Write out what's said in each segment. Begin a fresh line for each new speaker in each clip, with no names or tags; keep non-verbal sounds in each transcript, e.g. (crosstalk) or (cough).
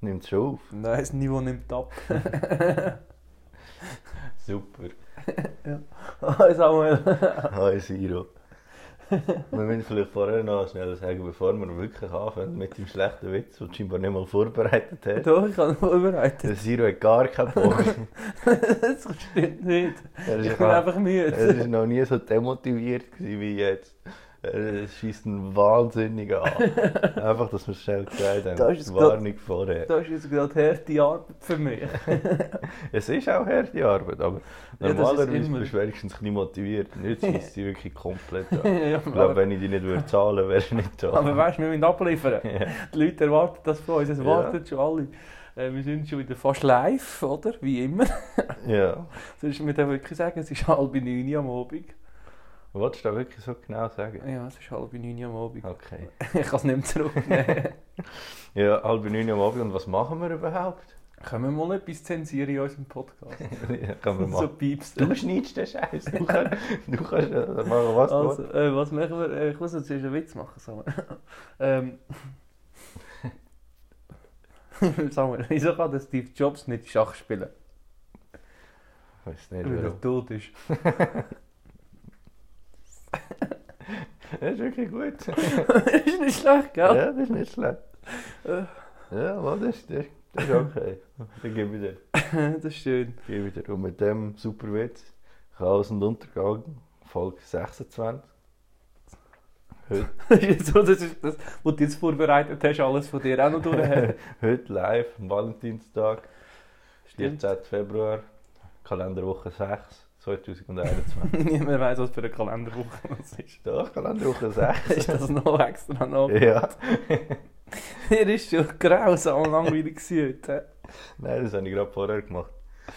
Nimmt schon auf.
Nein, das Niveau nimmt (laughs) ab.
Super.
Hi Oh, Samuel.
Hi Siro. wir müssen vielleicht vorher noch schnell sagen, bevor wir wirklich anfangen mit dem schlechten Witz, den du scheinbar nicht mal vorbereitet hast.
Doch, ich habe ihn vorbereitet. (laughs)
Der Siro hat gar keinen Bock.
Das stimmt nicht.
Er
Ich
ist,
bin
noch,
einfach müde.
er ist noch nie so demotiviert gewesen wie jetzt. Er schießt einen Wahnsinnigen an.
(laughs)
Einfach, dass wir es schnell gesagt haben.
Da ist es
Warnung vorher.
Das ist jetzt gerade harte Arbeit für mich.
(laughs) Es ist auch harte Arbeit, aber
das ist
normalerweise
immer.
bist du wenigstens ein bisschen motiviert. Und Jetzt
(laughs)
ist sie wirklich komplett an.
Ja, Ah,
Ich glaube,
aber,
wenn ich die nicht würde zahlen, wäre ich nicht da.
aber weißt du, wir müssen abliefern.
Ja.
Die Leute erwarten das von uns, es
Ja.
warten schon alle. Äh, Wir sind schon wieder fast live, oder? Wie immer. (laughs) Dus
ja.
Sonst müssen wir wirklich sagen, es ist halb neun am Abend.
Wolltest du da wirklich so genau sagen?
Ah Ja, es ist halb neun am Abend. (laughs)
Okay.
Ich kann es nicht
(laughs)
mehr zurücknehmen.
Ja, halb neun am Abend. Und was machen wir überhaupt? (laughs)
Können wir mal etwas zensieren in unserem Podcast?
ja, können wir
(laughs) so
machen.
piepst.
Du schneidest den Scheiß. Du kannst, du kannst äh, machen, was du
Also, äh, was machen wir? Äh, Ich muss jetzt einen Witz machen, Samuel. (laughs)
(laughs)
ähm. Samuel, wieso kann der Steve Jobs nicht Schach spielen?
Ich weiß nicht
Weil er
warum. (laughs)
tot ist. (laughs)
Das ist wirklich gut.
ist nicht schlecht,
Ja,
gell?
das ist nicht schlecht.
Äh.
Ja, aber das, ist- das, das ist (laughs) okay. Dann gebe ich dir.
(laughs) das ist schön.
Hier wieder. Und mit dem super Witz, Chaos und Untergang, Folge 26. Heute,
Das ist so, das ist das, was du jetzt vorbereitet hast, alles von dir auch
(laughs)
noch durch.
heute live, am Valentinstag,
Stimmt.
14. Februar, Kalenderwoche 6, 2021.
(laughs) Niemand weiß, was für eine Kalenderwoche das
(laughs)
ist.
Doch, Kalenderwoche 6.
Ist das noch extra noch?
ja. (laughs)
Hier ist schon grausam langweilig
(laughs)
gewesen heute.
Nein, das habe ich gerade vorher gemacht.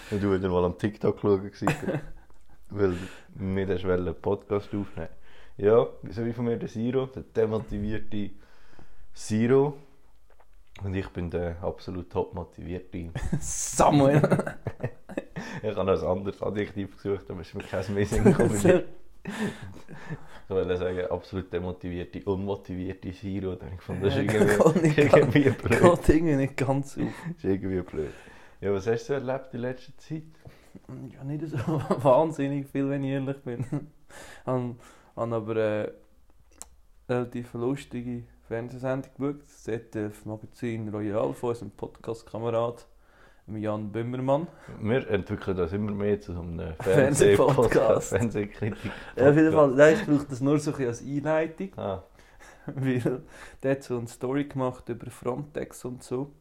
Und du wieder mal am TikTok schauen, gewesen, weil wir das wollen einen Podcast aufnehmen. Ja, so wie von mir der Siro, der demotivierte Siro. Und ich bin der absolut top motivierte.
Samuel.
Ich habe noch ein anderes Adjektiv gesucht, aber es ist mir keins mehr in den
(laughs)
Sinn gekommen. Ich wollte sagen, absolut demotivierte, unmotivierte Siro. Dann habe ich gefunden, das ist irgendwie,
Geht nicht ganz-
irgendwie
(laughs)
blöd.
geht irgendwie nicht ganz auf.
Das ist irgendwie blöd. Ja, was hast du so erlebt in letzter Zeit?
Ja, dus nicht (laughs) so wahnsinnig viel, wenn ich ehrlich bin. (laughs) Han, han aber äh, relativ lustige Fernsehsendung geschaut. Das ZDF Magazin Royal von unserem Podcast-Kamerad dem Jan Böhmermann.
Wir entwickeln das immer mehr zu so einem Fernsehpodcast,
Fernsehpodcast.
Fernsehkritik.
Ja, auf jeden Fall, nein, ich brauche das nur so ein bisschen als Einleitung.
Ah,
(laughs) weil der hat so eine Story gemacht über Frontex und so.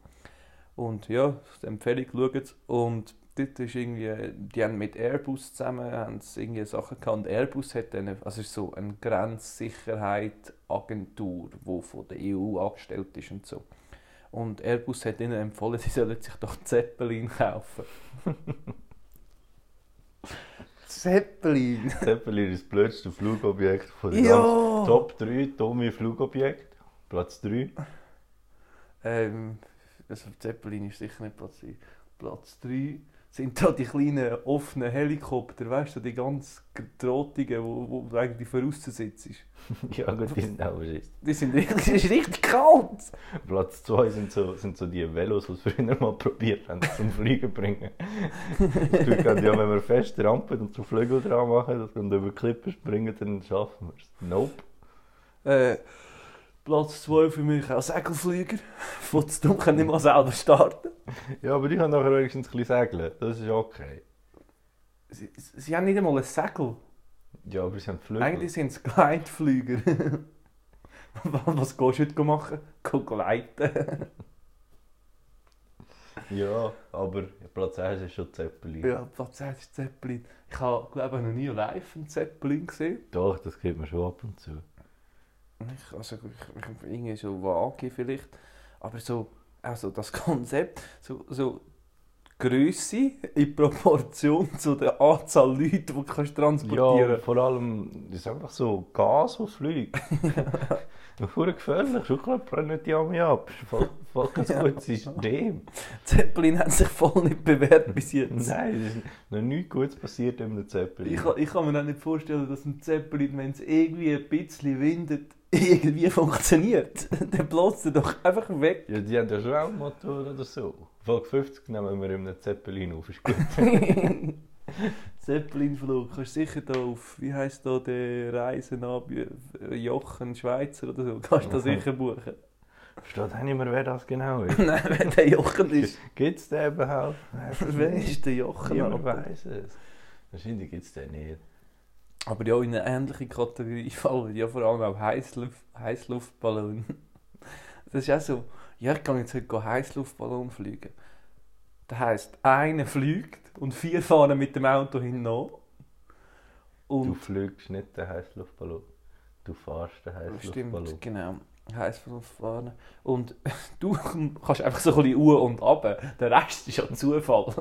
Und ja, die Empfehlung, schaut Und dort ist irgendwie, die haben mit Airbus zusammen haben sie irgendwie Sachen gehabt. Und Airbus hat eine, also ist so eine Grenzsicherheitsagentur, die von der EU angestellt ist und so. Und Airbus hat ihnen empfohlen, (laughs) sie sollen sich doch Zeppelin kaufen. Zeppelin?
Zeppelin ist das blödste Flugobjekt von den ganzen
Ja!
Top 3 dumme Flugobjekte. Platz 3.
Ähm, also Zeppelin ist sicher nicht Platz 3. Platz 3 sind da die kleinen offenen Helikopter, weißt du, die ganz drohtigen, wo, wo du eigentlich vorauszusitzen
(laughs)
ist.
ja gut, die nou, sind auch scheiße.
Die sind richtig, die ist richtig kalt!
Platz 2 sind so, sind so die Velos, die wir früher mal probiert haben, zum Fliegen bringen. Das Gefühl gehabt, ja, wenn wir fest rampen und so Flügel dran machen und über Klippen springen, dann schaffen wir es. Nope.
Äh, Platz 2 für mich auch Segelflüger. (laughs) Von dumm kann nicht mal selber starten.
Ja, aber die können nachher wenigstens ein bisschen segeln. Das ist okay.
Sie, sie haben nicht einmal ein Segel.
Ja, aber sie haben Flügel.
Eigentlich sind es Gleitflüger. (laughs) Was gehst du heute machen? Geh gleiten.
Ja, aber Platz 1 ist schon Zeppelin.
Ja, Platz 1 ist Zeppelin. Ich habe, glaube ich, noch nie live einen Zeppelin gesehen.
Doch, das kriegt man schon ab und zu.
Ich, also, ich, ich, irgendwie so vage vielleicht. Aber so, also das Konzept, so, so die Grösse in Proportion zu der Anzahl Leute, die du kannst
Ja,
transportieren
vor allem das ist einfach so Gas, das
(laughs)
fliegt. Voll gefährlich, Schokolade brennt die an mich ab. Ist Voll, voll kein gutes System.
Zeppelin hat sich voll nicht bewährt bis jetzt.
Nein, es ist noch nichts Gutes passiert in einem Zeppelin.
Ich, kann- ich kann mir auch nicht vorstellen, dass ein Zeppelin, wenn es irgendwie ein bisschen windet, irgendwie funktioniert, (laughs) dann platzt er doch einfach weg.
Ja, die haben ja schon auch einen Motor oder so. Folge 50 nehmen wir ihm einen Zeppelin auf, ist gut.
(laughs) Zeppelinflug, kannst sicher da auf, wie heisst da der Reisenab, Jochen Schweizer oder so, kannst
Mhm.
du da
(laughs)
sicher buchen.
(laughs) Versteht auch nicht mehr, wer das genau ist.
Nein, wenn der Jochen ist,
(laughs) Gibt es den überhaupt? (laughs)
wer ist der Jochen?
Niemand
Alter?
weiß es. Wahrscheinlich gibt es den nicht.
Aber ja, in eine ähnliche Kategorie (laughs) fallen ja vor allem auch Heißluft, Heißluftballon. (laughs) Das ist auch so, ja, ich kann jetzt heute Heißluftballon fliegen. Das heisst, einer fliegt und vier fahren mit dem Auto hinten
Du
Und
fliegst nicht den Heißluftballon. Du fährst den Heißluftballon.
Stimmt, genau. Heißluftballon. Und (laughs) du kannst einfach so ein bisschen uhr und runter. Der Rest ist ja Zufall.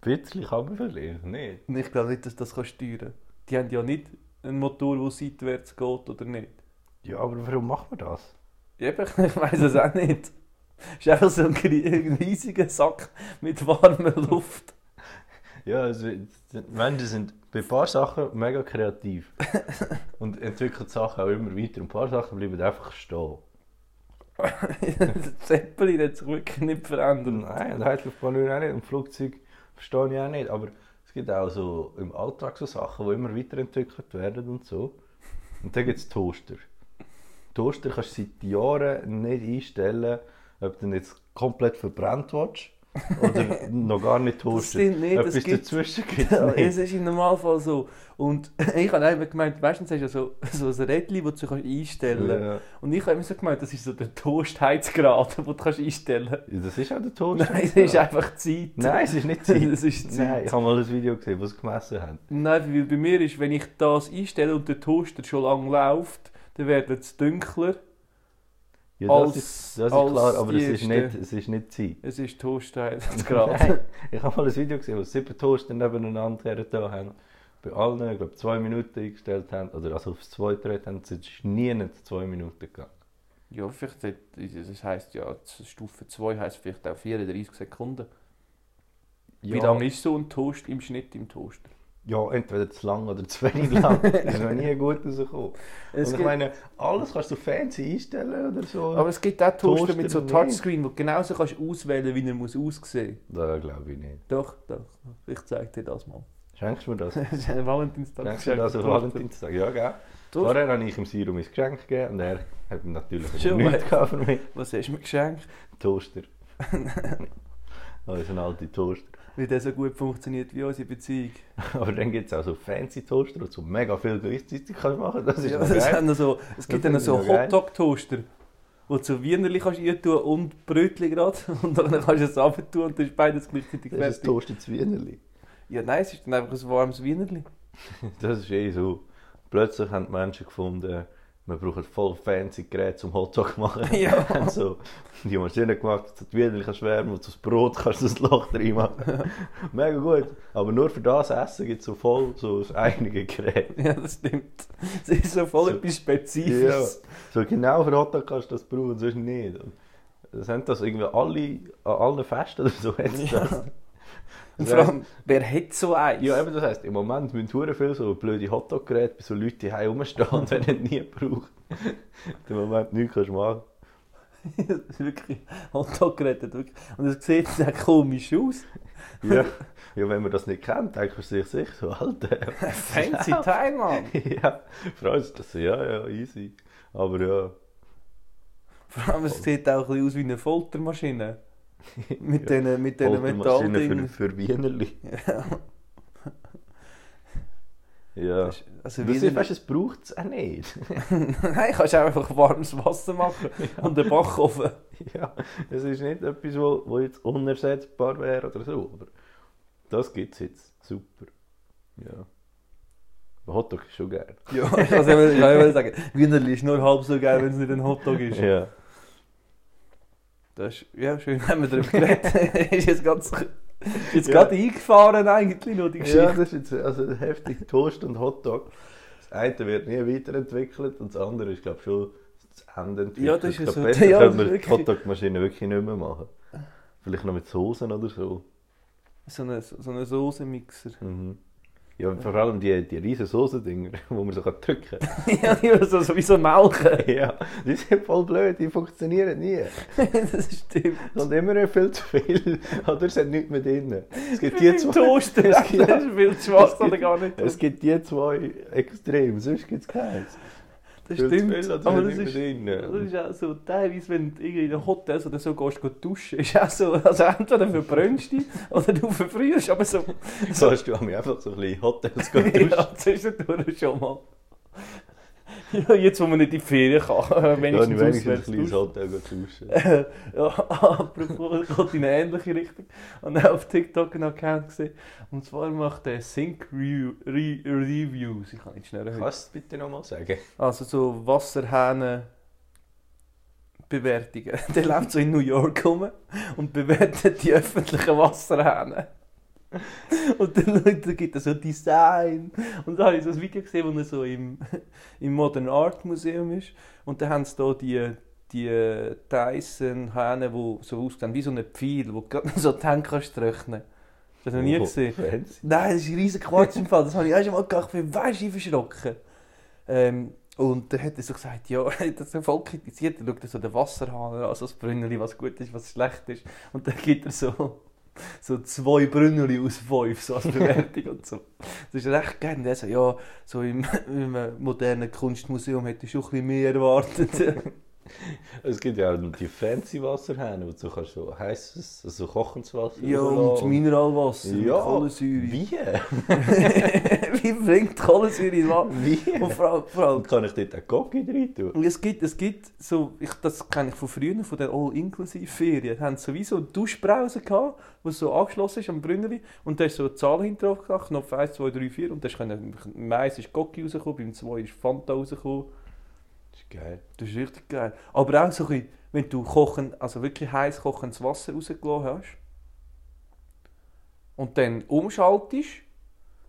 Plötzlich kann man vielleicht nicht.
Und (laughs) ich glaube nicht, dass du das kannst steuern Die haben ja nicht einen Motor, der seitwärts geht oder nicht.
Ja, aber warum macht man das?
Eben, (laughs) ich weiß es auch nicht. Ist einfach so ein grie- ein riesiger Sack mit warmer Luft. (laughs)
Ja, also, Menschen sind bei ein paar Sachen mega
(laughs)
kreativ und entwickeln Sachen auch immer weiter. Und ein paar Sachen bleiben einfach stehen.
Der Zeppelin hat sich wirklich nicht verändert.
Nein, und Heißluftballon auch nicht und Flugzeug verstehe ich auch nicht. Aber es gibt auch so im Alltag so Sachen, die immer weiterentwickelt werden und so. Und dann gibt es Toaster. Toaster kannst du seit Jahren nicht einstellen, ob du ihn jetzt komplett verbrannt willst
(laughs)
oder noch gar nicht toastet.
stimmt nicht, das
Etwas
gibt's- (laughs)
dazwischen gibt
Ja,
es
es
nicht.
ist im Normalfall so. Und (laughs) ich habe immer gemeint, weißt du, das ist ja so, so ein Rädchen, das du kannst einstellen kannst.
Ja,
Und ich habe immer so gemeint, das ist so der Toastheizgrad, (laughs) den du kannst einstellen
(laughs)
kannst.
das ist auch der Toaster.
Nein, es ist einfach Zeit.
Nein, es ist nicht
(laughs)
Zeit.
es ist Zeit.
Nein, ich habe mal ein Video gesehen, das sie gemessen haben.
Nein, weil bei mir ist, wenn ich das einstelle und der Toaster schon lange läuft, dann wird es dunkler.
Ja, das
Als-
ist, das ist
als
klar, aber es
die
ist, nicht,
erste.
es ist nicht Zeit.
Es ist Toastheizgrad.
(laughs) Nein, ich habe mal ein Video gesehen, wo sie sieben Toaster nebeneinander hergetan haben. Bei allen, ich glaube, zwei Minuten eingestellt haben. Oder also aufs zwei gedreht haben. Es ist nie nicht zwei Minuten gegangen.
(laughs) Ja, vielleicht, hat- das heisst ja, z- Stufe 2 heisst vielleicht auch 34 Sekunden. Wie lange ist so ein Toast im Schnitt im Toaster?
ja, entweder zu lang oder zu wenig lang.
(laughs)
das ist noch nie gut rausgekommen. Und ich meine, alles kannst du fancy einstellen oder so.
aber es gibt auch Toaster,
Toaster
mit so
nicht.
Touchscreen, wo du genauso kannst auswählen wie er muss aussehen
da glaube ich nicht.
Doch, doch. Ich zeige dir das mal.
Schenkst du mir das?
(laughs) Das ist ein Valentinstag.
Schenkst du mir das auf Valentinstag? Ja, gell?
Toaster.
Vorher habe ich ihm Siro mein Geschenk gegeben und er hat mir natürlich
Schon
nichts gehabt für mich.
Was hast du mir geschenkt? (laughs)
Toaster. Also ein alter Toaster.
Weil der so gut funktioniert wie unsere Beziehung.
Aber dann gibt es auch so fancy Toaster, die so mega viel gleichzeitig kannst machen Das ist
Ja,
noch
das
geil.
haben noch so, es gibt
Das finde
dann so
ich noch geil.
Hotdog-Toaster, wo du so Wienerli kannst reintun und Brötli gerade. (laughs) Und dann kannst du es runter und dann ist beides gleichzeitig
Das ist ein
fertig.
toastetes Wienerli.
Ja, nein, es ist dann einfach ein warmes
(laughs)
Wienerli.
Das ist eh so. Plötzlich haben die Menschen gefunden, wir brauchen voll fancy Geräte, um Hotdog zu machen. (laughs)
Ja.
Haben so die Maschine gemacht, dass du das Wienerli kannst wärmen und das Brot kannst du das Loch reinmachen.
(laughs)
mega gut. Aber nur für das Essen gibt es so voll so das eigene Gerät.
Ja, das stimmt. Es ist so voll
So-
etwas Spezifisches.
So genau für Hotdog kannst du das brauchen, sonst nicht. Und das haben das irgendwie alle, an allen Festen oder so. hat's
Ja.
das.
Und
Ja.
vor allem, wer hat so eins? (laughs)
Ja, eben, das heisst, im Moment müssen hure viel so blöde Hotdog-Geräte bei so Leuten die heim rumstehen, (laughs) und wenn du nie braucht. Im Moment nichts kannst du machen.
Das ist wirklich Hotdog gerettet. Wirklich. Und es sieht dann komisch aus.
Ja. ja, wenn man das nicht kennt, denkt man sich sicher so, Alter. (laughs)
Fancy Teil, Mann.
ja, freut sich das so, ja, ja, easy. Aber ja,
Vor allem,
Oh.
es sieht auch ein bisschen aus wie
(laughs)
eine Foltermaschine. Mit
Ja.
diesen mit diesen
Foltermaschine
Metalldingen.
für, für Wienerli.
Ja.
Ja.
Das ist- Also
Das
wie
ist, weißt du, es braucht es auch nicht.
(laughs)
(laughs)
Nein, kannst du einfach warmes Wasser machen und den Backofen.
ja, es ist nicht etwas, wo, wo jetzt unersetzbar wäre oder so, aber das gibt es jetzt. Super. Ja. Aber Hotdog ist schon geil.
Ja, also (laughs) ich will- ich will sagen, Wienerli ist nur halb so geil, wenn es nicht ein Hotdog ist.
Ja.
Das ist ja, schön, haben wir darüber
(laughs)
geredet. (laughs) ist jetzt ganz, ist jetzt
Ja.
gerade eingefahren eigentlich noch
(laughs)
die
ja,
Geschichte.
das ist jetzt also heftig Toast und Hotdog. Das eine wird nie weiterentwickelt und das andere ist, glaube ich, schon das Ende entwickelt.
Ja, das ist ja
Ich glaub,
so.
Besser
(laughs) Ja,
können wir
das ist
die
wirklich-
Hotdog-Maschine wirklich nicht mehr machen. Vielleicht noch mit Soßen oder so. (laughs)
So ein so eine Soßenmixer.
Mhm. Ja, vor allem die, die riesen Soßendinger, (laughs) wo man so kann drücken kann.
(laughs) ja, die würden so, so wie so melken.
(laughs) ja, die sind voll blöd, die funktionieren nie.
das stimmt.
Es kommt immer noch viel zu viel. (laughs) Oder es hat nichts mehr drin. Es gibt die
Im
zwei,
Toaster, das
(laughs) Es gibt-
ist viel zu schwarz oder gar nicht.
es gibt die zwei Extreme, sonst gibt es keins.
Das
Viel zu
stimmt.
viel, oder
aber
nicht
das
mehr
ist,
drin.
das ist auch so, teilweise, wenn du irgendwie in ein Hotel oder so gehst, gehst (laughs) duschen, ist auch so, also entweder verbrennst du dich oder du verfrierst, aber so,
So hast du mir einfach so ein bisschen
(laughs)
Hotels
ja,
duschen.
zwischendurch schon mal. Ja, jetzt, wo man nicht in die Ferien (laughs) kann, äh,
Ja,
wenigstens
ich wenigstens ein kleines
auswärts duschen.
Hotel duschen.
(laughs) Äh, ja, apropos, es geht in eine ähnliche Richtung. Und auch auf TikTok einen Account gesehen. Und zwar macht er eh, Sync Re Re Reviews. Ich kann nicht schneller hören.
Kannst du es bitte nochmal sagen?
Also so Wasserhähne Bewertungen. (laughs) Der läuft so in New York rum und bewertet die öffentlichen Wasserhähne. Und dann (laughs) Leute gibt es so Design. Und da habe ich so ein Video gesehen, wo er so im, (laughs) im Modern Art Museum ist. Und da haben sie da die, die Dyson-Hähne, die so aussehen wie so ein Pfeil, wo du gerade noch so die Hände kannst rechnen. Das hast du noch nie gesehen?
Oh, Fancy.
Nein, das ist ein
(laughs)
riesiger Quatsch im Fall. Das habe ich auch schon mal gedacht, ich bin weisst verschrocken. Ähm, und dann hat er so gesagt, ja, (laughs) er hat das so voll kritisiert. Dann schaut er so den Wasserhahn an, also das Brünneli, was gut ist, was schlecht ist. Und dann gibt er so, (laughs) so zwei Brünneli aus fünf, so
(laughs)
als Bewertung und so. Das ist recht geil. Und er so, ja, so im, im äh, modernen Kunstmuseum hätte ich schon ein bisschen
(laughs)
mehr erwartet.
Es gibt ja auch noch die fancy Wasserhähne, wo du kannst so heißes, also kochendes Wasser
ja, und
rauslassen.
Mineralwasser,
Ja,
ja, Kohlensäure.
Wie?
(laughs) Wie bringt Kohlensäure
(laughs)
in Wasser? Und
Wie?
vor allem, vor allem
Und kann ich dort einen Cookie rein tun?
Und Es gibt, es gibt so, ich, das kenne ich von früher, von den All-Inclusive-Ferien, da haben sie sowieso eine Duschbrause gehabt, die so angeschlossen ist am Brünneli und da ist so eine Zahl hinten drauf gemacht, Knopf 1, 2, 3, 4 und da ist können, beim 1 ist Gocki rausgekommen, beim 2 ist Fanta rausgekommen,
Das ist geil.
das ist richtig geil. Aber auch so ein bisschen, wenn du kochen, also wirklich heiß kochendes Wasser rausgelassen hast und dann umschaltest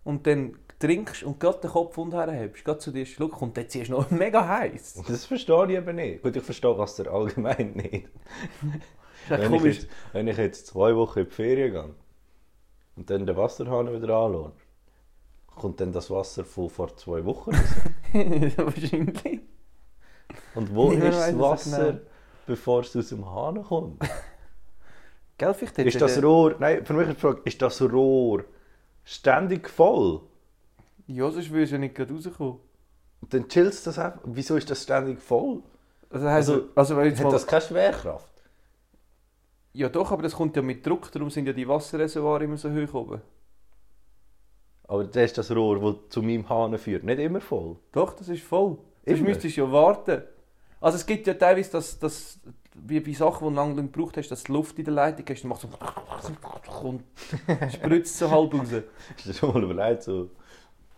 und dann trinkst und gerade den Kopf unterhebst, gerade zu dir Schluck und dann ziehst du noch (laughs) mega heiß.
Und das verstehe ich eben nicht. Gut, ich verstehe Wasser allgemein
(laughs)
nicht. Wenn
Das ist echt
ich,
komisch.
jetzt, wenn ich jetzt zwei Wochen in die Ferien gehe und dann den Wasserhahn wieder anlasse, kommt dann das Wasser von vor zwei Wochen raus?
(laughs) Wahrscheinlich.
Und
(laughs)
wo
Niemand
ist
weiß
das
es
Wasser,
genau.
bevor es aus dem Hahn kommt?
(laughs) Gell, vielleicht
Ist das Rohr, nein, für mich ist die Frage, ist das Rohr ständig voll?
Ja, sonst würdest du ja nicht gerade rauskommen.
Und dann chillst du das einfach. Wieso ist das ständig voll?
Also, also,
Also,
also wenn jetzt mal...
Hat das keine Schwerkraft?
Ja doch, aber das kommt ja mit Druck, darum sind ja die Wasserreservoiren immer so hoch oben.
Aber das ist das Rohr, das zu meinem Hahn führt. Nicht immer voll.
Doch, das ist voll. Sonst
Immer.
müsstest du ja warten. Also es gibt ja teilweise, dass, dass wie bei Sachen, die du lange gebraucht hast, dass die Luft in der Leitung ist, dann machst du so... (laughs) und spritzt so halb raus.
(laughs) Hast du dir schon mal überlegt, so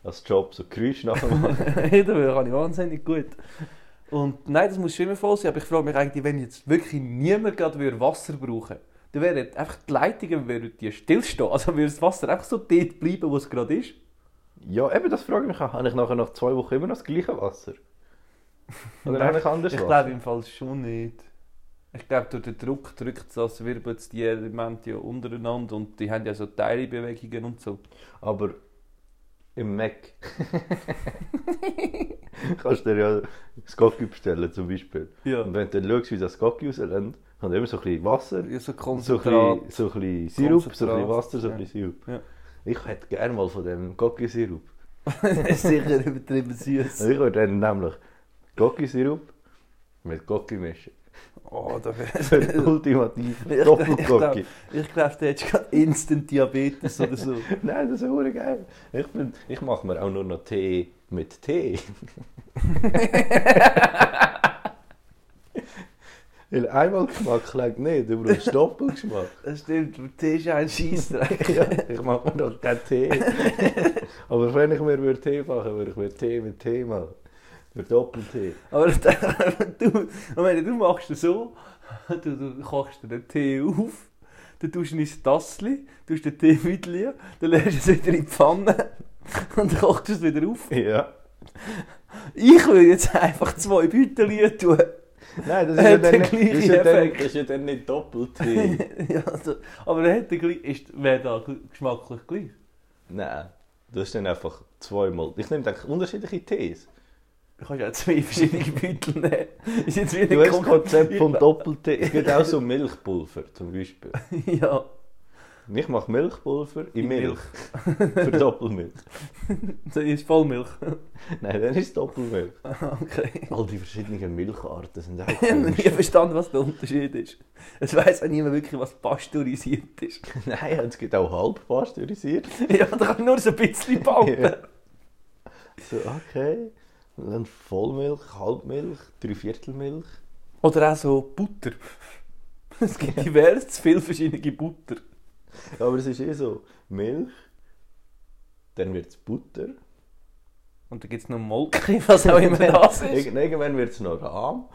als Job so Geräusche
(laughs)
nachmachen?
Hey, da kann ich wahnsinnig gut. Und nein, das muss schon immer voll sein, aber ich frage mich eigentlich, wenn jetzt wirklich niemand gerade würde Wasser brauchen dann wären einfach die Leitungen würden die stillstehen. Also würde das Wasser einfach so dort bleiben, wo es gerade ist.
ja, eben, das frage ich mich auch. Habe ich nachher nach zwei Wochen immer noch das gleiche Wasser? Oder
Nein,
habe ich anders
ich
Wasser?
glaube im Fall schon nicht. Ich glaube, durch den Druck drückt das, wirbelt es die Elemente ja untereinander und die haben ja so Teilebewegungen und so.
Aber im Mac. (laughs) Kannst du dir ja das Cocky bestellen, zum Beispiel.
Ja,
Und wenn du dann schaust, wie das Cocky rausrennt, hat immer so ein bisschen Wasser.
ja so
So ein
Konzentrat.
bisschen, so ein bisschen Sirup, so ein bisschen
Konzentrat,
Wasser, so ein
ja.
bisschen Sirup.
Ja.
Ich hätte gerne mal von dem Cocky-Sirup.
(laughs) Sicher übertrieben süß.
Ich würde dann nämlich Cocky-Sirup mit Cocky mischen.
Oh, da
(laughs) Das wäre
wäre...
ultimativ
Ich- ich glaub-
Doppel-Cocky.
Ich glaube, der hättest gerade Instant Diabetes oder so.
Nein, das ist auch geil. Ich, bin- ich mache mir auch nur noch Tee mit Tee. Weil einmal Geschmack schlägt nicht, du brauchst Doppelgeschmack.
Das stimmt, der Tee ist ein
(laughs)
Scheissdreck.
ja, ich mache mir noch keinen Tee. (laughs) Aber wenn ich mir würde Tee machen würde, würde ich mir Tee mit Tee machen. Mit Doppeltee.
Aber dann- (laughs) du, ich meine, du machst es so, du, du kochst dir den Tee auf, dann tust du ihn ins Tassli, tust den Tee mitlegen, dann lässt du es wieder in die Pfanne und dann kochst du es wieder auf.
Ja.
Ich würde jetzt einfach zwei Beutel tun.
Nein, das (laughs)
Hat
ist ja dann
den
nicht, das
gleichen
ist ja dann,
Effekt.
das ist ja dann nicht Doppeltee. (laughs)
(laughs) ja, also, aber er hat den gleich- ist- wäre da gl- geschmacklich gleich.
Nein. Das ist dann einfach zweimal. Ich nehme eigentlich unterschiedliche Tees.
Du kannst ja zwei verschiedene Beutel nehmen. Ist jetzt wieder
Du hast das Konzept vom
kompliziert.
Doppeltee. Es (laughs) gibt auch so Milchpulver zum Beispiel.
(laughs) Ja,
Ich mache Milchpulver in
In
Milch. Für Doppelmilch.
das ist Vollmilch. (laughs)
Nein, dann ist es Doppelmilch.
Ah, okay.
All die verschiedenen Milcharten sind auch
Ich
(laughs)
habe noch nie
komisch.
verstanden, was der Unterschied ist. Es weiß auch niemand wirklich, was pasteurisiert (laughs) ist.
Nein, es gibt auch halb pasteurisiert.
Ja, da kann ich nur so ein bisschen
Ja.
behalten.
So, okay. Und dann Vollmilch, Halbmilch, Dreiviertelmilch.
Oder auch so Butter. Es gibt divers viele verschiedene Butter.
Ja, aber es ist eh so, Milch, dann wird es Butter.
Und dann gibt es noch (laughs) Molke, was nou
(laughs)
auch immer das ist.
Irgend- Irgendwann wird es noch Rahm.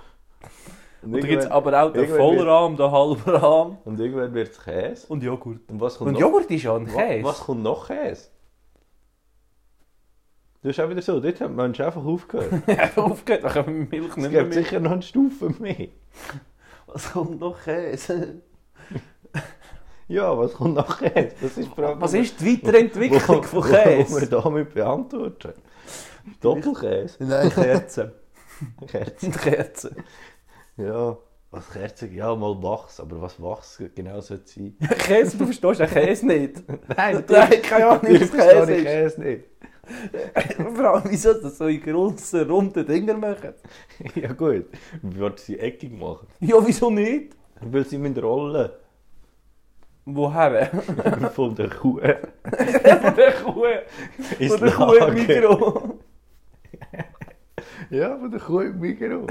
Und
Und dann gibt es
irgendwann,
aber auch den
irgendwann wird-
Vollrahm, den Halbrahm
und irgendwann wird es Käse.
und Joghurt.
Und was kommt
Und
noch?
Joghurt ist ja ein
Wa-
Käse. (laughs)
Was kommt noch Käse? Das ist auch wieder so, dort haben die Menschen einfach aufgehört.
Einfach aufgehört, dann können wir Milch
Es
nicht mehr
gibt
mit.
sicher noch eine Stufe mehr.
Was kommt noch Käse?
Ja, was kommt noch Käse? Das ist die Frage,
Was
die wir-
ist die Weiterentwicklung (laughs) von
Wo wir
Käse?
damit beantworten. Doppelkäse.
Nein, Kerzen. (laughs)
Kerze.
Kerzen.
Ja, was Kerze? Ja, mal Wachs. Aber was Wachs genau sollte sein?
Käse, du verstehst den Käse nicht.
Nein,
Nein,
(laughs)
keine Ahnung, was Käse ist.
Käse nicht.
(laughs) Vor allem, wieso das so in grossen, runden Dinger machen?
(laughs) Ja gut, wird sie eckig machen.
(laughs) Ja, wieso nicht?
Weil sie mit Rollen (laughs)
(laughs) Woher?
von der Kuh
Von der Kuh.
ins
Von der Kuh
Lager.
im Mikro.
Ja, von der Kuh im Mikro.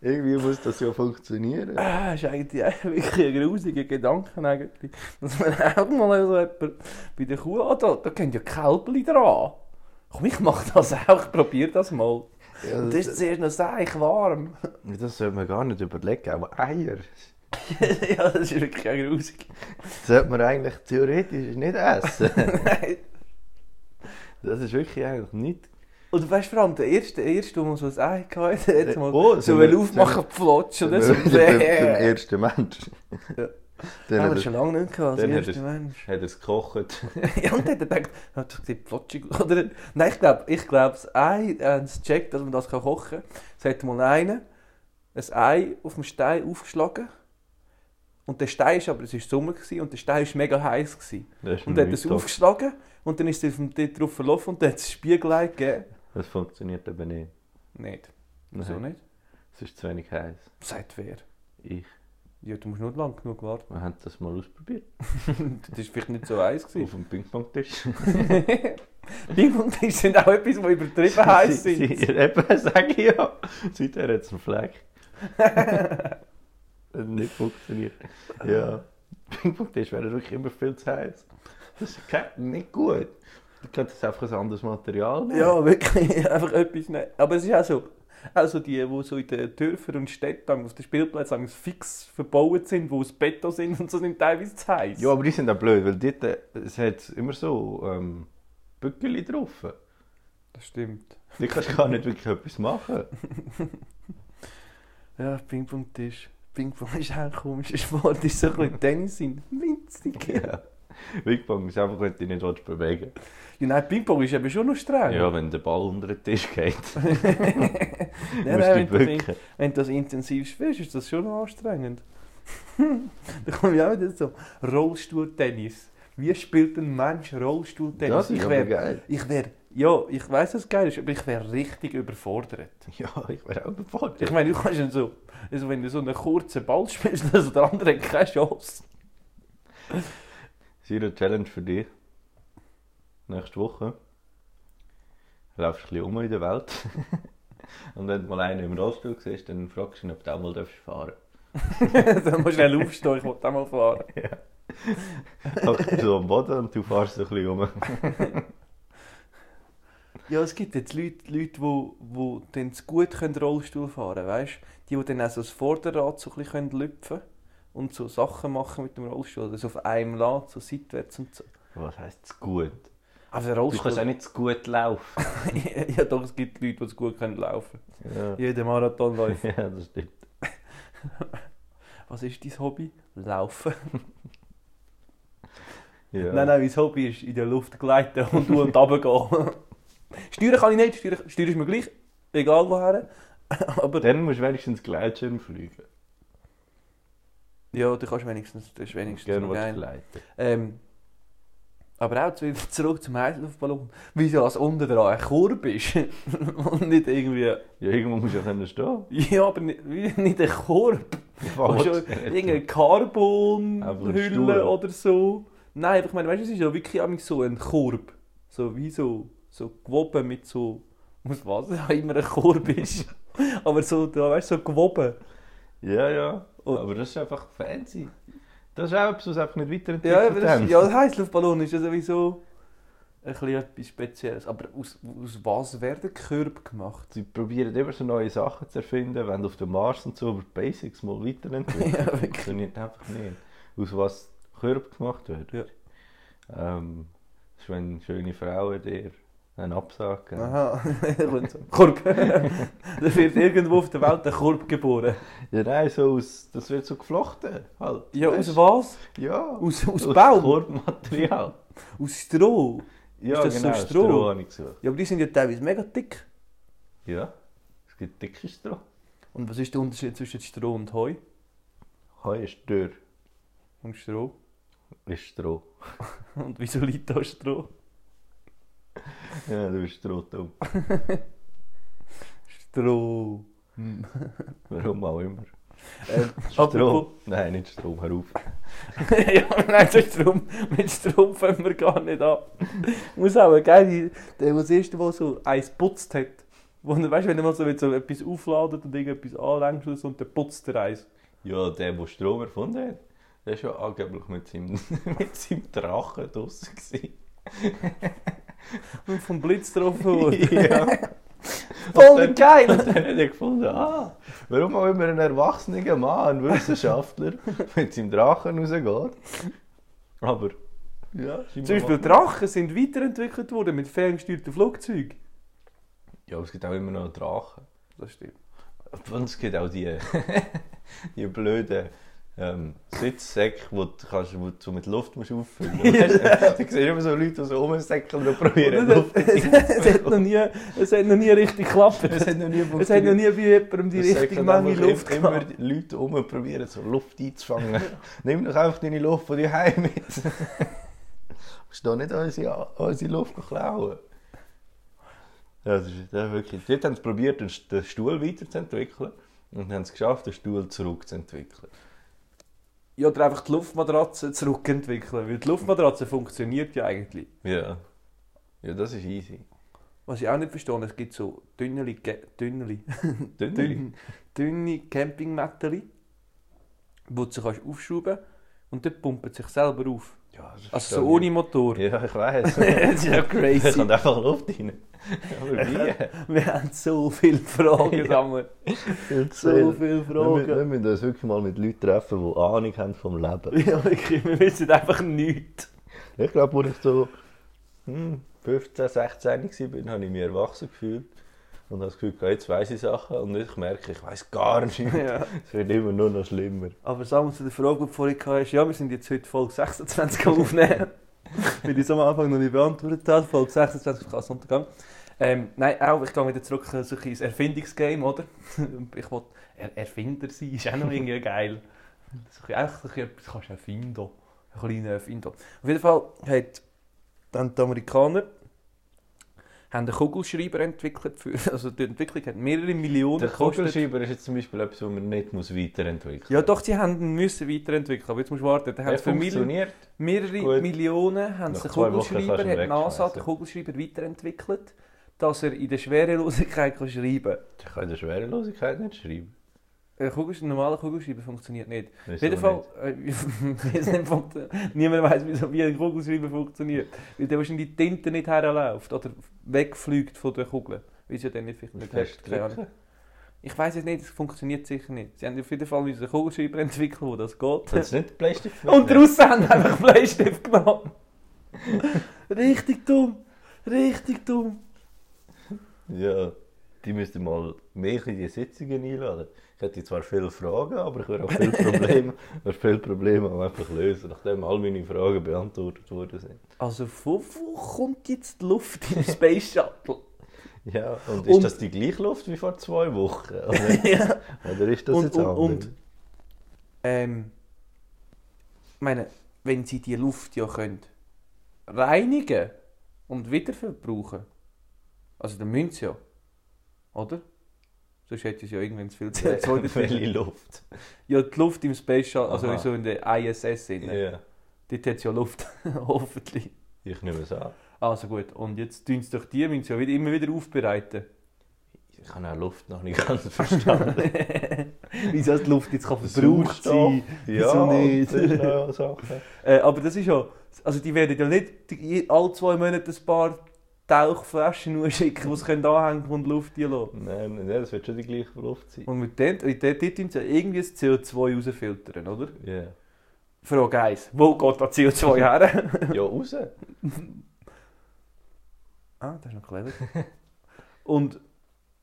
Irgendwie muss das ja funktionieren.
Ah, das ist eigentlich auch wirklich ein grusiger Gedanke, eigentlich. dass man auch mal so jemand bei der Kuh ah, da, da gehen ja Kälbchen dran. Komm, ich mache das auch, ich probiere das mal.
Ja,
Und das ist
das,
zuerst noch seich
(laughs)
warm.
das sollte man gar nicht überlegen, aber Eier
ja, das ist wirklich auch (laughs) grusig.
sollte man eigentlich theoretisch nicht essen. (laughs)
Nein.
Das ist wirklich eigentlich nicht...
Und weißt du, vor allem der erste, der erste, wo man so ein Ei hatte, jetzt mal
Oh,
so
sind
will
wir-
aufmachen, Pflotsch oder so.
Wenn wir wieder beim beim
Bäh.
ersten Mensch.
(laughs) Ja. Ah,
Dann
Haben
hat
wir
er-
schon lange nicht gehabt, als
dann hat
erster
er-
Mensch.
hat er es gekocht.
(laughs)
(laughs)
ja, und dann denkt, ja, das sieht flotschig aus. Oder, nein, ich glaube, ich glaub, das Ei äh, das checkt, dass man das kann kochen kann. Es hat mal einen ein Ei auf dem Stein aufgeschlagen. Und der Stein ist aber, es war Sommer gewesen, und der Stein war mega heiß. Gewesen.
Das ist
Und
mir
dann hat es
nicht
aufgeschlagen und dann ist es auf dem Tisch drauf verlaufen und dann hat es Spiegelei gegeben.
da. Das funktioniert eben nicht.
Nicht. Wieso
Nein.
nicht?
Es ist zu wenig heiß.
Sagt wer?
Ich.
Ja, du musst nur lang genug warten.
Wir haben das mal ausprobiert.
(laughs) das war vielleicht nicht so heiß.
Auf dem Ping-Pong-Tisch.
(laughs) Ping-Pong-Tisch sind auch etwas, die übertrieben (laughs) heiß
Sie- (laughs)
sind.
sie- Eben, sage ich ja. Seither hat es einen
(laughs)
Fleck. Hat nicht funktioniert. Ja. Ping-Pong-Tisch wäre wirklich immer viel zu heiß. Das ist ke- nicht gut. Du könntest einfach ein anderes Material nehmen.
Ja, wirklich, (laughs) einfach etwas nehmen. Aber es ist auch so, also die, die so in den Dörfern und Städten auf den Spielplätzen sagen, fix verbaut sind, wo es Beton sind und so sind teilweise zu heiß.
Ja, aber die sind auch blöd, weil dort äh, es hat immer so ähm, Bückeli drauf.
das stimmt.
Du kannst gar nicht wirklich etwas machen.
Ja, Ping-Pong-Tisch. Ping-Pong (laughs) ist auch ein komischer Sport, ist so ein bisschen Tennis sind. Winzig. (laughs) Ja.
Ja. Big Bang ist einfach, wenn du dich nicht willst bewegen
nein, Ping-Pong ist eben schon noch streng.
Ja,
(laughs)
wenn der Ball unter den Tisch geht, (laughs)
nein,
musst du
nein,
dich
wenn, du,
bücken.
wenn du das intensiv spielst, ist das schon noch anstrengend. (laughs) da komme ich auch wieder so. Rollstuhl-Tennis. Wie spielt ein Mensch Rollstuhl-Tennis?
Das ist
ich
aber
wär-
geil.
Ich wäre, ja, ich weiß, dass es geil ist, aber ich wäre richtig überfordert.
(laughs) Ja, ich wäre auch
Ich
überfordert.
meine, du kannst ja so, also wenn du so einen kurzen Ball spielst, (laughs) also der andere hat keine Chance.
Zero Challenge für dich. Nächste Woche laufst du ein bisschen um in der Welt. Und wenn du mal einen im Rollstuhl siehst, dann fragst du ihn, ob du auch mal darfst fahren (laughs)
(laughs) dann musst du schnell aufstehen, ich will auch mal fahren.
darfst. Hockst du so am Boden und du fährst so ein bisschen um.
Ja, es gibt jetzt Leute, Leute die wo, wo dann zu gut können Rollstuhl fahren können, weißt Die, die dann auch so das Vorderrad so ein bisschen lüpfen können und so Sachen machen mit dem Rollstuhl. Oder so auf einem Lad, so seitwärts und so.
Was heisst zu gut?
Aber der
Du kannst auch
Rollstuhl...
nicht zu gut laufen.
(laughs) ja doch, es gibt Leute, die es gut können laufen
Ja,
können. Jeder Marathonläufer. (laughs)
ja das stimmt.
Was ist dein Hobby? Laufen.
Ja.
Nein, nein, mein Hobby ist in der Luft gleiten und du und runter gehen. (laughs) steuern kann ich nicht, steuern, steuern ist mir gleich, egal woher. (laughs) Aber
Dann musst du wenigstens Gleitschirm fliegen.
ja, du kannst wenigstens, das ist wenigstens
Gerne
noch
was
geil.
gleiten.
Ähm, aber auch (laughs) zu- zurück zum Heißluftballon. Wieso als unten dran eine Kurve (laughs) ist und nicht irgendwie...
Ja, irgendwo musst du ja können
(laughs)
stehen.
Ja, aber nicht, wie- (laughs) nicht eine Kurve.
Was (laughs)
Schon
willst du denn?
irgendeine
Einfach ein
Carbon-Hülle
Stuhl.
oder so. Nein, aber ich meine, weißt du, es ist ja wirklich manchmal so ein Korb. So wie so, so gewoben mit (laughs) so. Aus was auch immer ein Korb (laughs) ist. aber so, da weißt du, so gewoben.
Ja, ja.
Oh.
Aber das ist einfach fancy. Das ist auch etwas, was einfach nicht weiterentwickelt
Ja, aber das,
haben.
ist- ja, ein Heißluftballon ist ja sowieso ein bisschen etwas Spezielles. Aber aus, aus was werden Körbe gemacht?
Sie probieren immer so neue Sachen zu erfinden, wenn auf dem Mars und so, aber die Basics mal weiterentwickeln.
(laughs) (laughs) Ja,
das
wirklich.
funktioniert einfach nicht. Aus was Körper gemacht wird.
Ja.
Ähm, das ist, wenn schöne Frauen dir einen Absag geben.
Aha, (laughs) Und so, Korb. (laughs) da wird irgendwo auf der Welt ein Korb geboren.
Ja, nein, so aus, das wird so geflochten. Halt.
Ja,
Weißt
aus
du?
was?
Ja.
Aus, aus Baum?
Korbmaterial.
Aus Stroh?
Ja,
das so
genau,
Stroh?
Stroh habe ich gesucht.
Ja, aber die sind ja teilweise mega dick.
Ja, es gibt dickes Stroh.
Und was ist der Unterschied zwischen Stroh und Heu?
Heu ist dürr,
Und Stroh?
ist Stroh.
Und wieso liegt da Stroh?
Ja, du bist Stroh dumm.
Stroh.
(laughs) Warum auch immer.
Ähm,
Stroh? Nein, nicht Stroh, hör auf.
apropos- (laughs) ja, nein, so Strom. Mit Strom fangen wir gar nicht an. Muss auch, gell? Der, der das erste Mal so eins putzt hat. Wo, er- weißt du, wenn er mal so, mit so etwas aufladet und irgendetwas anlenkt oder so, und dann putzt er eins.
Ja, der, der Strom erfunden hat, der war ja angeblich mit (laughs) seinem, mit seinem Drachen draussen. gewesen.
Und vom Blitz (laughs) getroffen wurde.
ja.
Voll (laughs) geil!
Und dann hat er gefunden, ah, warum auch immer ein erwachsener Mann, ein Wissenschaftler, mit seinem Drachen rausgeht. Aber, ja, scheinbar-
Zum Beispiel Drachen sind weiterentwickelt worden mit ferngesteuerten Flugzeugen.
Ja, aber es gibt auch immer noch Drachen.
Das (laughs) stimmt.
Und es gibt auch die, (laughs) die blöden ähm, Sitzsäcke, wo du, kannst, wo du so mit Luft musst auffüllen (laughs) musst.
Ja.
Du siehst immer so Leute, die so rumsäckeln und probieren
Oder?
Luft
Es, (laughs) es, hat noch nie, es hat noch nie richtig geklappt.
Es
Es
hat noch nie
hat noch nie bei jemandem
Dus
die richtige Menge Luft
immer
gehabt.
Leute um probieren, so Luft
(laughs)
einzufangen. Nimm doch einfach deine Luft von dir heim mit. Musst doch nicht unsere, unsere Luft klauen. Ja, dus, das ist, das ist wirklich. Dort haben sie probiert, den St- den Stuhl weiterzuentwickeln und haben es geschafft, den Stuhl zurückzuentwickeln.
Ja, oder einfach die Luftmatratze zurückentwickeln, weil die Luftmatratze funktioniert ja eigentlich.
Ja. Ja, das ist easy.
Was ich auch nicht verstehe, es gibt so dünneli, Ge-
(laughs)
dünneli,
Dünn.
dünn, dünne Campingmätteli, wo du sie kannst aufschrauben und dann pumpen sie sich selber auf.
Ja, das ist
Also so ohne Motor.
Ja, ich weiß.
(laughs)
(laughs)
das ist ja
Da
crazy.
kommt einfach Luft (laughs) rein. Aber wie?
Wir haben so viele Fragen, Samuel. So viele
Wir, wir
Fragen.
müssen uns wirklich mal mit Leuten treffen, die Ahnung haben vom Leben.
(laughs) Ja, wirklich, wir wissen einfach nichts.
Ich glaube, als ich so hm, 15, 16 war, bin, habe ich mich erwachsen gefühlt. Und habe das Gefühl, gehabt, jetzt weiss ich Sachen. Und ich merke, ich weiss gar nicht. (laughs)
Ja.
Es wird immer nur noch schlimmer.
Aber Samuel, zu der Frage, die du vorhin gehabt hast, ja, wir sind jetzt heute Folge 26
(laughs)
am aufnehmen. Weil ich es am Anfang noch nicht beantwortet habe, Folge 26 kann es untergehen. Ähm, nein, auch, ich gehe wieder zurück äh, so ein bisschen ins Erfindungsgame, oder? (laughs) Ich will er Erfinder sein, ist auch noch irgendwie geil. So ein bisschen- Einfach so ein bisschen etwas kannst du erfinden. Ein kleiner Erfinder. Auf jeden Fall hat dann die Amerikaner haben einen Kugelschreiber entwickelt. Für, (laughs) also die Entwicklung hat mehrere Millionen
Der
gekostet.
Kugelschreiber ist jetzt zum Beispiel etwas, das man nicht muss weiterentwickeln muss.
Ja, doch, sie haben ihn müssen weiterentwickeln. Aber jetzt musst du warten. Da haben
Er
sie für Mil-
funktioniert.
mehrere
Gut.
Millionen haben
Nach
sie den
zwei Wochen kannst du
Kugelschreiber,
ihn
hat die NASA
wegschmeißen.
den Kugelschreiber weiterentwickelt, dass er in der Schwerelosigkeit kann schreiben
Ich kann in der Schwerelosigkeit nicht schreiben.
kann. Ein, Kugel- ein normaler Kugelschreiber funktioniert nicht. Auf
Wieso
jeden Fall, äh, (laughs) wie es nicht funktio- niemand weiß, wieso- wie ein Kugelschreiber funktioniert. Weil der wahrscheinlich die Tinte nicht herläuft oder wegfliegt von der Kugel. Weil sie ja dann nicht, vielleicht
nicht?
nicht
Fest
Keine Ahnung.
drücken.
Ich weiß es nicht, es funktioniert sicher nicht. Sie haben auf jeden Fall einen Kugelschreiber entwickelt, wo das geht.
Kannst du nicht Bleistift
Und draussen haben einfach Bleistift genommen. richtig dumm. Richtig dumm.
Ja, die müssten mal mehr in die Sitzungen einladen. Ich hätte zwar viele Fragen, aber ich würde auch viele (laughs) Probleme, würde viele Probleme auch einfach lösen, nachdem all meine Fragen beantwortet worden sind.
Also von wo kommt jetzt die Luft im Space Shuttle?
Ja, und ist
Und-
das die gleiche Luft wie vor zwei Wochen? Oder,
ja.
oder ist das
Und-
jetzt
und-
anders?
und- Ähm, ich meine, wenn sie die Luft ja können reinigen und wiederverbrauchen, also dann müssen sie ja, oder? Sonst hätte es ja irgendwann zu
(laughs)
viel CO2
Welche
drin.
Luft?
Ja, die Luft im Space Shuttle, also
Aha.
so in der ISS, drin,
Ja,
dort hat es ja Luft, (laughs) hoffentlich.
ich nehme es an.
Also gut, und jetzt tun sie doch die, müssen sie ja wieder, immer wieder aufbereiten.
Ich habe auch Luft noch nicht ganz verstanden.
Wieso die Luft jetzt kann verbraucht sein
(laughs) Ja,
Wieso nicht?
das ist noch Sache.
Äh, aber das ist ja, also die werden ja nicht die- alle zwei Monate ein paar Tauchflaschen nur schicken, die sie können anhängen und Luft lassen.
Nein, nein, das wird schon die gleiche Luft sein.
Und mit denen, mit denen, dort tun sie ja irgendwie das CO2 rausfiltern, oder?
Ja,
Frage 1, wo geht das CO2 her?
ja raus.
ah, das ist noch clever. (laughs) Und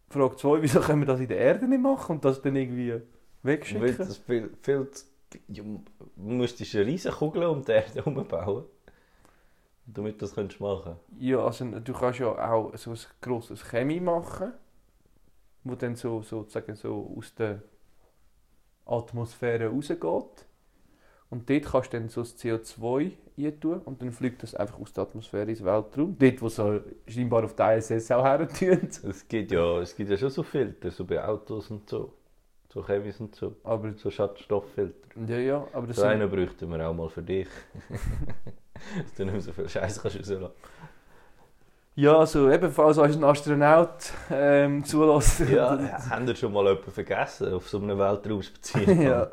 Frage 2, wieso können wir das in der Erde nicht machen und das dann irgendwie
Weil
wegschicken?
das viel, viel zu, du müsstest eine riesige Kugel um die Erde herum bauen, damit du das könntest machen
Ja, also du kannst ja auch so ein grosses Chemie machen, wo dann so, sozusagen so aus der Atmosphäre rausgeht. Und dort kannst du dann so das CO2 rein tun und dann fliegt das einfach aus der Atmosphäre ins Weltraum. Dort, wo es auch scheinbar auf der ISS auch her tun.
kannst. Es gibt ja, es gibt ja schon so Filter, so bei Autos und so. So Chemis und so.
Aber,
So Schadstofffilter.
ja, ja, aber das
So
sind,
einen bräuchten wir auch mal für dich. (laughs) Dass du nicht mehr so viel Scheiß kannst
(laughs)
rauslassen.
ja, also ebenfalls als ein Astronaut ähm, (laughs) zulässt.
Ja, haben wir schon mal jemanden vergessen auf so einem Weltraumspaziergang?
(laughs) Ja.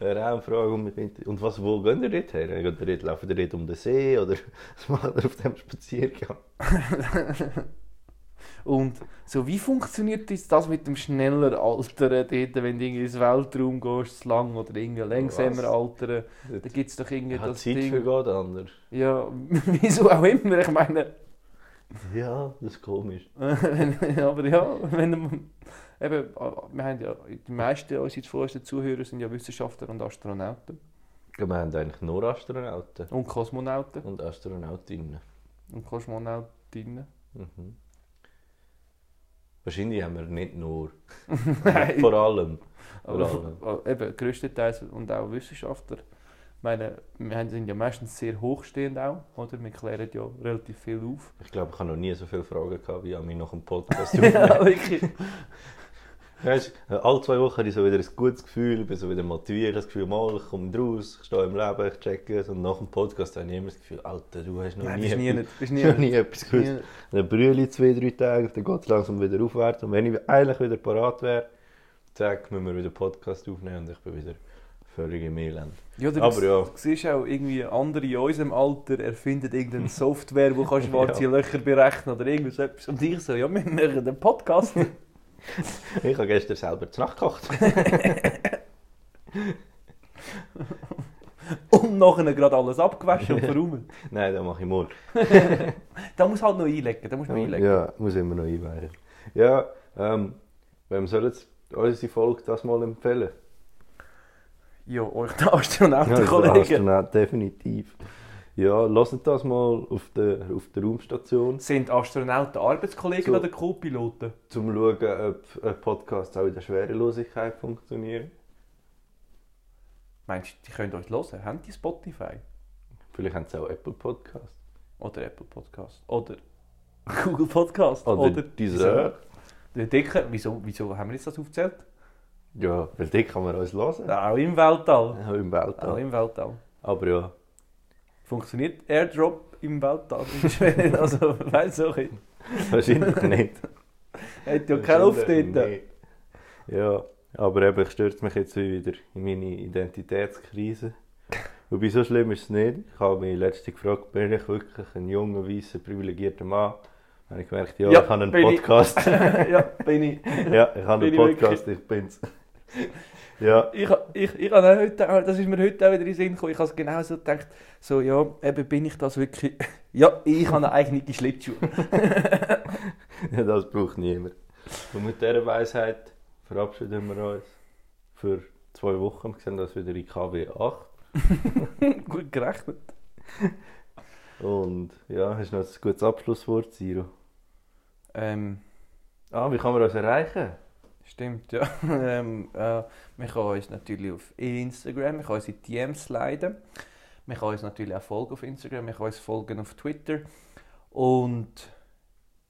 Wäre auch eine Frage unbedingt. Und was, wo gehen ihr dort her? Geht ihr dort, laufen ihr dort um den See oder (laughs) was macht ihr auf dem Spaziergang?
Und so, wie funktioniert jetzt das mit dem schneller Alteren dort, wenn du irgendwie ins Weltraum gehst, zu lang oder irgendwie langsamer
Was?
altern? Da gibt es doch irgendwie
Ja,
das
Zeit
Ding.
vergeht anders.
Ja, (laughs) wieso auch immer, ich meine. (laughs)
Ja, das ist komisch.
aber ja, wenn man, eben, ah, wir haben ja, die meisten unserer vorersten Zuhörer sind ja Wissenschaftler und Astronauten
Ja, Wir haben eigentlich nur Astronauten
und Kosmonauten
und Astronautinnen.
und Kosmonautinnen. (laughs)
Mhm. Wahrscheinlich haben wir nicht nur.
Nein.
Vor allem.
Aber aber eben, größtenteils und auch Wissenschaftler. Ich meine, wir haben- sind ja meistens sehr hochstehend auch, oder? Wir klären ja relativ viel auf.
Ich glaube, ich habe noch nie so viele Fragen gehabt, wie an mich nach dem Podcast.
(laughs) ja, (laughs) wirklich.
Weißt, alle zwei Wochen habe ich so wieder ein gutes Gefühl, bin so wieder motiviert, das Gefühl, mal, ich komme raus, ich stehe im Leben, ich checke es. Und nach dem Podcast habe ich immer das Gefühl, Alter, du hast noch
Nein,
nie,
bist nie
etwas-
nicht. Bist
noch (laughs)
nie (laughs)
nie,
nicht.
etwas
bist nie
gewusst.
nicht.
Dann brülle ich zwei, drei Tage, dann geht es langsam wieder aufwärts. Und wenn ich eigentlich wieder parat wäre, zack, müssen wir wieder Podcast aufnehmen und ich bin wieder völlig im Elend.
Ja, du
Aber
Aber
ja,
siehst auch irgendwie andere in unserem Alter erfinden (laughs) irgendeine Software, wo kannst schwarze Löcher berechnen oder irgendwas etwas. Und ich so, ja, wir machen einen Podcast. (laughs)
ich habe gestern selber zu Nacht gekocht.
und nachher gerade alles abgewaschen und verräumt.
Nein, das mache ich morgen.
Da muss halt noch einlegen, da muss noch einlegen.
Ja, muss immer noch einweichen. Ja, ähm, wem soll jetzt unsere Folge das mal empfehlen?
Ja, euch den
Ja,
Astronautenkollegen.
Astronaut, definitiv. Ja, lasst das mal auf der, auf der Raumstation,
Sind Astronauten Arbeitskollegen
So.
oder Co-Piloten?
um zu schauen, ob ein Podcast auch in der Schwerelosigkeit funktioniert.
Meinst du, die können uns hören? Haben die Spotify?
Vielleicht haben sie auch Apple Podcast.
Oder Apple Podcast? Oder (laughs) Google Podcast?
Oder, Deezer.
Der Dicke, wieso, wieso haben wir jetzt das aufgezählt?
Ja, weil die kann man uns hören.
Auch im Weltall.
Ja, Im
Auch
Weltall.
im Weltall.
Aber ja, (laughs)
Funktioniert Airdrop im Weltall? also, weiß auch nicht.
wahrscheinlich nicht.
Hat ja keine Luft (laughs) dort.
Wahrscheinlich nicht. Ja, aber eben, ich stürze mich jetzt wieder in meine Identitätskrise. Wobei, so schlimm ist es nicht. Ich habe mich letztens gefragt, bin ich wirklich ein junger, weißer, privilegierter Mann? Dann habe ich gemerkt, ja,
Ja,
ich habe einen
bin ich.
Podcast.
ja, bin ich.
ja, ich habe einen
Bin ich
Podcast, ich bin's. ja,
Ich, ha- ich, ich habe auch heute, auch- das ist mir heute auch wieder in den Sinn gekommen, ich habe es genau so gedacht, so ja, eben bin ich das wirklich, (laughs) ja, ich habe eine eigene Schlittschuhe.
das braucht niemand. Und mit dieser Weisheit verabschieden wir uns für zwei Wochen. Wir sehen uns wieder in KW 8.
Gut gerechnet.
Und ja, hast du noch ein gutes Abschlusswort, Ciro?
Ähm,
Ah, wie kann man uns erreichen?
stimmt, ja. (laughs) ähm, äh, man kann uns natürlich auf Instagram, man kann uns in DMs leiten. Man kann uns natürlich auch folgen auf Instagram, man kann uns folgen auf Twitter. Und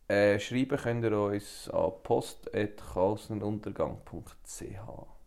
äh, schreiben könnt ihr uns an post.karlsenuntergang.ch.